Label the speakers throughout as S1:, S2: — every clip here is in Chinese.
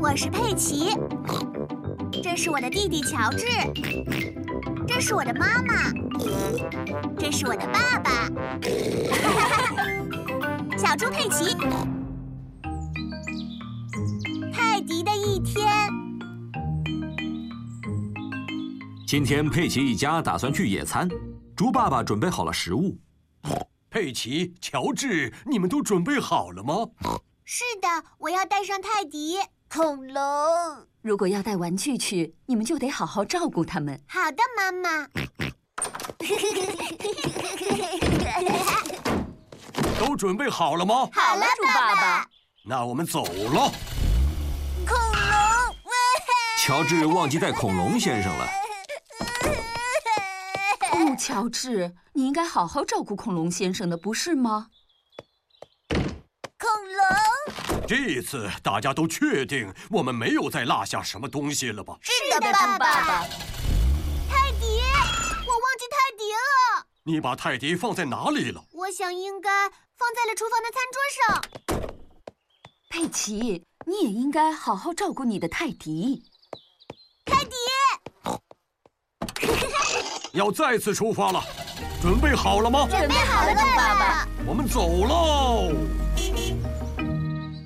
S1: 我是佩奇，这是我的弟弟乔治，这是我的妈妈，这是我的爸爸。 小猪佩奇，泰迪的一天，
S2: 今天佩奇一家打算去野餐，猪爸爸准备好了食物。
S3: 佩奇、乔治，你们都准备好了吗？
S1: 是的，我要带上泰迪。恐龙，
S4: 如果要带玩具去，你们就得好好照顾他们。
S1: 好的，妈妈。
S3: 都准备好了吗？
S1: 好了，爸爸。
S3: 那我们走了。
S1: 恐龙，
S2: 乔治忘记带恐龙先生了。
S4: 哦，乔治，你应该好好照顾恐龙先生的，不是吗？
S1: 恐龙，
S3: 这次大家都确定我们没有再落下什么东西了吧？
S1: 是的，爸爸。泰迪，我忘记泰迪了，
S3: 你把泰迪放在哪里了？
S1: 我想应该放在了厨房的餐桌上。
S4: 佩奇，你也应该好好照顾你的泰迪。
S1: 泰迪，
S3: 要再次出发了，准备好了吗？
S1: 准备好了，爸爸。
S3: 我们走喽，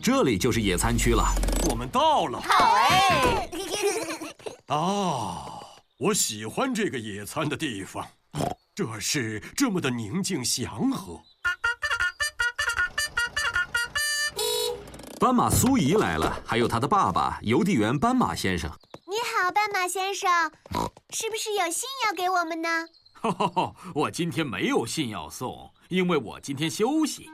S2: 这里就是野餐区了。
S3: 我们到了。
S1: 好哎，
S3: 啊，我喜欢这个野餐的地方，这是这么的宁静祥和。
S2: 斑马苏怡来了，还有他的爸爸邮递员斑马先生。
S1: 你好，斑马先生，是不是有信要给我们呢？
S5: 哈哈哈， 我今天没有信要送，因为我今天休息。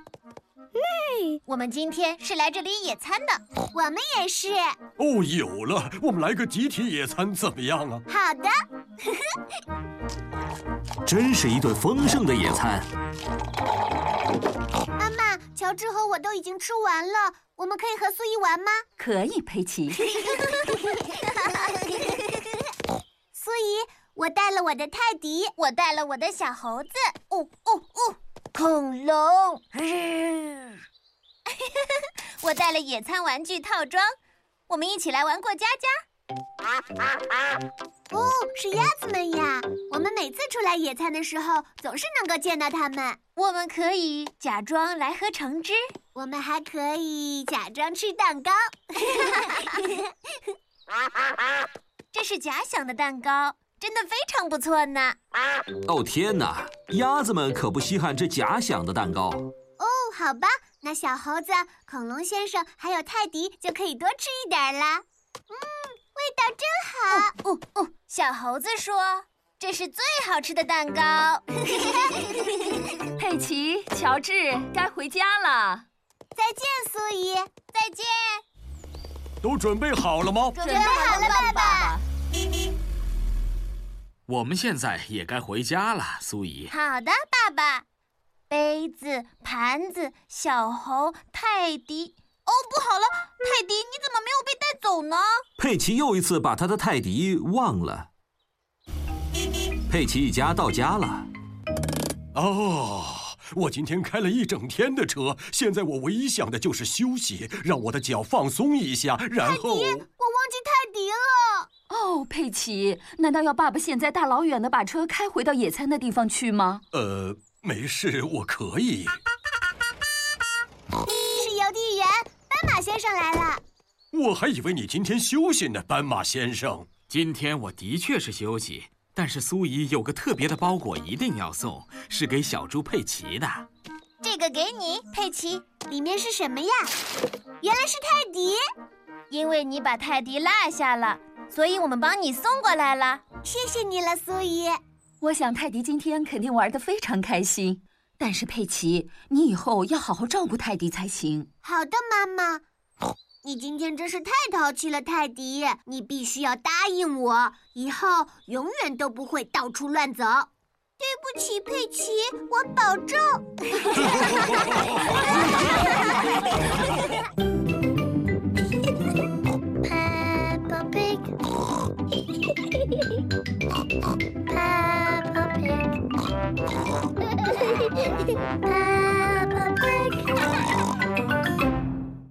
S1: 我们今天是来这里野餐的，我们也是。
S3: 哦，有了，我们来个集体野餐怎么样啊？
S1: 好的，
S2: 真是一顿丰盛的野餐。
S1: 妈妈，乔治和我都已经吃完了，我们可以和苏怡玩吗？
S4: 可以，佩 奇。
S1: 苏怡，我带了我的泰迪，我带了我的小猴子，哦哦哦，恐龙， 我带了野餐玩具套装，我们一起来玩过家家。 哦，是鸭子们呀！我们每次出来野餐的时候，总是能够见到它们。我们可以假装来喝橙汁，我们还可以假装吃蛋糕。这是假想的蛋糕，真的非常不错呢。
S2: 哦天哪，鸭子们可不稀罕这假想的蛋糕。
S1: 哦，好吧，那小猴子、恐龙先生还有泰迪就可以多吃一点儿啦。嗯，味道真好。哦哦，小猴子说这是最好吃的蛋糕。
S4: 佩奇、乔治，该回家了。
S1: 再见，苏怡。再见。
S3: 都准备好了吗？
S1: 准备好了，爸爸。
S5: 我们现在也该回家了，苏怡。
S1: 好的，爸爸。杯子、盘子、小猴、泰迪。哦，不好了，泰迪，你怎么没有被带走呢？
S2: 佩奇又一次把他的泰迪忘了。佩奇一家到家了，
S3: 哦，我今天开了一整天的车，现在我唯一想的就是休息，让我的脚放松一下，然后
S1: 我忘记泰迪了。
S4: 哦，佩奇，难道要爸爸现在大老远的把车开回到野餐的地方去吗？
S3: 呃，没事，我可以。
S1: 是邮递员斑马先生来了。
S3: 我还以为你今天休息呢，斑马先生。
S5: 今天我的确是休息，但是苏怡有个特别的包裹一定要送，是给小猪佩奇的。
S1: 这个给你，佩奇。里面是什么呀？原来是泰迪。因为你把泰迪落下了，所以我们帮你送过来了。谢谢你了，苏怡。
S4: 我想泰迪今天肯定玩得非常开心。但是佩奇，你以后要好好照顾泰迪才行。
S1: 好的，妈妈。你今天真是太淘气了，泰迪。你必须要答应我，以后永远都不会到处乱走。对不起，佩奇，我保证。